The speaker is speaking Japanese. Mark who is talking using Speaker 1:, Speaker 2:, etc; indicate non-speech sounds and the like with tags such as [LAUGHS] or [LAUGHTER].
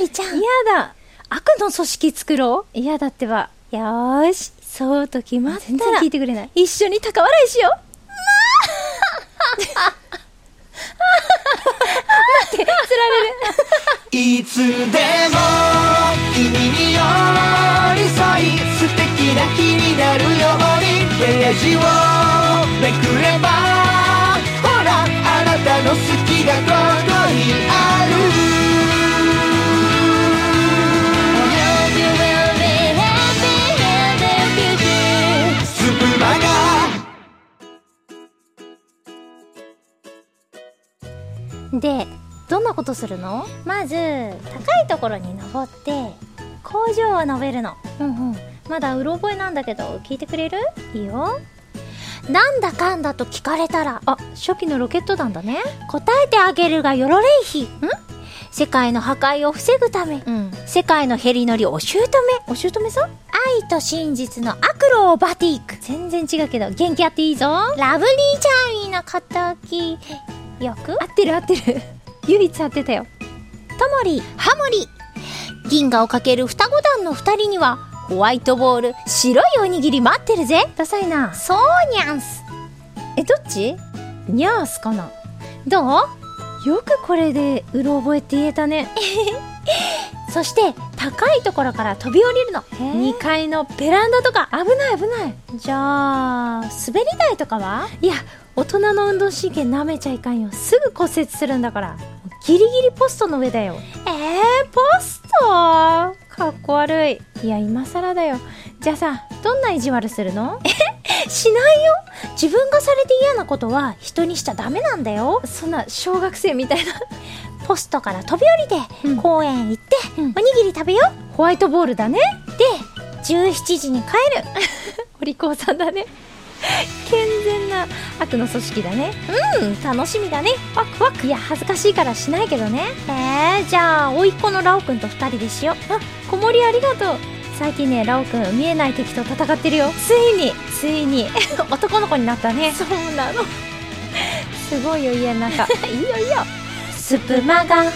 Speaker 1: りちゃん。
Speaker 2: 嫌だ悪の組織作ろう嫌だってば。よーし、そうと決まったら。
Speaker 1: 全然聞いてくれない
Speaker 2: 一緒に高笑いし
Speaker 1: [LAUGHS]
Speaker 2: よう。
Speaker 3: いつでも君に寄り添い素敵な日になるようにページをめくればほらあなたの好きがここにあるスプマガ
Speaker 1: で、どんなことするのまず、高いところに登って、工場を述べるの。うんうん。まだうろ覚えなんだけど、聞いてくれるいいよ。なんだかんだと聞かれたら、
Speaker 2: あ、初期のロケット弾だね。
Speaker 1: 答えてあげるがよろれいひ。ん世界の破壊を防ぐため、
Speaker 2: ん。
Speaker 1: 世界のヘリ乗りお姑
Speaker 2: お姑さん
Speaker 1: 愛と真実のアクロバティック
Speaker 2: 全然違うけど、元気あっていいぞ。合
Speaker 1: ラブリーチャーミーの敵役
Speaker 2: ってる合ってる。 [LAUGHS] 唯一合ってたよ。
Speaker 1: ともりハモリ銀河をかける双子団の二人にはホワイトボール白いおにぎり待ってるぜ
Speaker 2: ダサいな。
Speaker 1: そうにゃんす
Speaker 2: え、どっちニャースかな。
Speaker 1: ど
Speaker 2: よくこれで、うろ覚えって言えたね。
Speaker 1: うそして高いところから飛び降りるの
Speaker 2: 2階のベランダとか、危ない危ない。
Speaker 1: じゃあ滑り台とかはい
Speaker 2: や、大人の運動神経舐めちゃいかんよ。すぐ骨折するんだから。ギリギリポストの上だよ。
Speaker 1: ええ
Speaker 2: ポストかっこ悪い。いや、今更だよ。じゃあさ、どんな意地悪するの
Speaker 1: しないよ自分がされて嫌なことは人にしちゃダメなんだよ
Speaker 2: そんな小学生みたいな。
Speaker 1: ポストから飛び降りて、
Speaker 2: うん
Speaker 1: 公園行って、
Speaker 2: うん
Speaker 1: おにぎり食べよう
Speaker 2: ホワイトボールだね。
Speaker 1: で17時に帰る
Speaker 2: [LAUGHS] お利口さんだね。健全な悪の組織だね。
Speaker 1: うん楽しみだね
Speaker 2: ワクワク。いや、恥ずかしいからしないけどね。
Speaker 1: えー、じゃあ甥っ子のラオくんと2人でしようあ
Speaker 2: 子守ありがとう。最近ね、ラオくん、見えない敵と戦ってるよ。ついに、ついに、
Speaker 1: [LAUGHS]
Speaker 2: 男の子になったね。
Speaker 1: そうなの [LAUGHS]
Speaker 2: すごいよ、家の中。
Speaker 1: いいよいいよスプマガ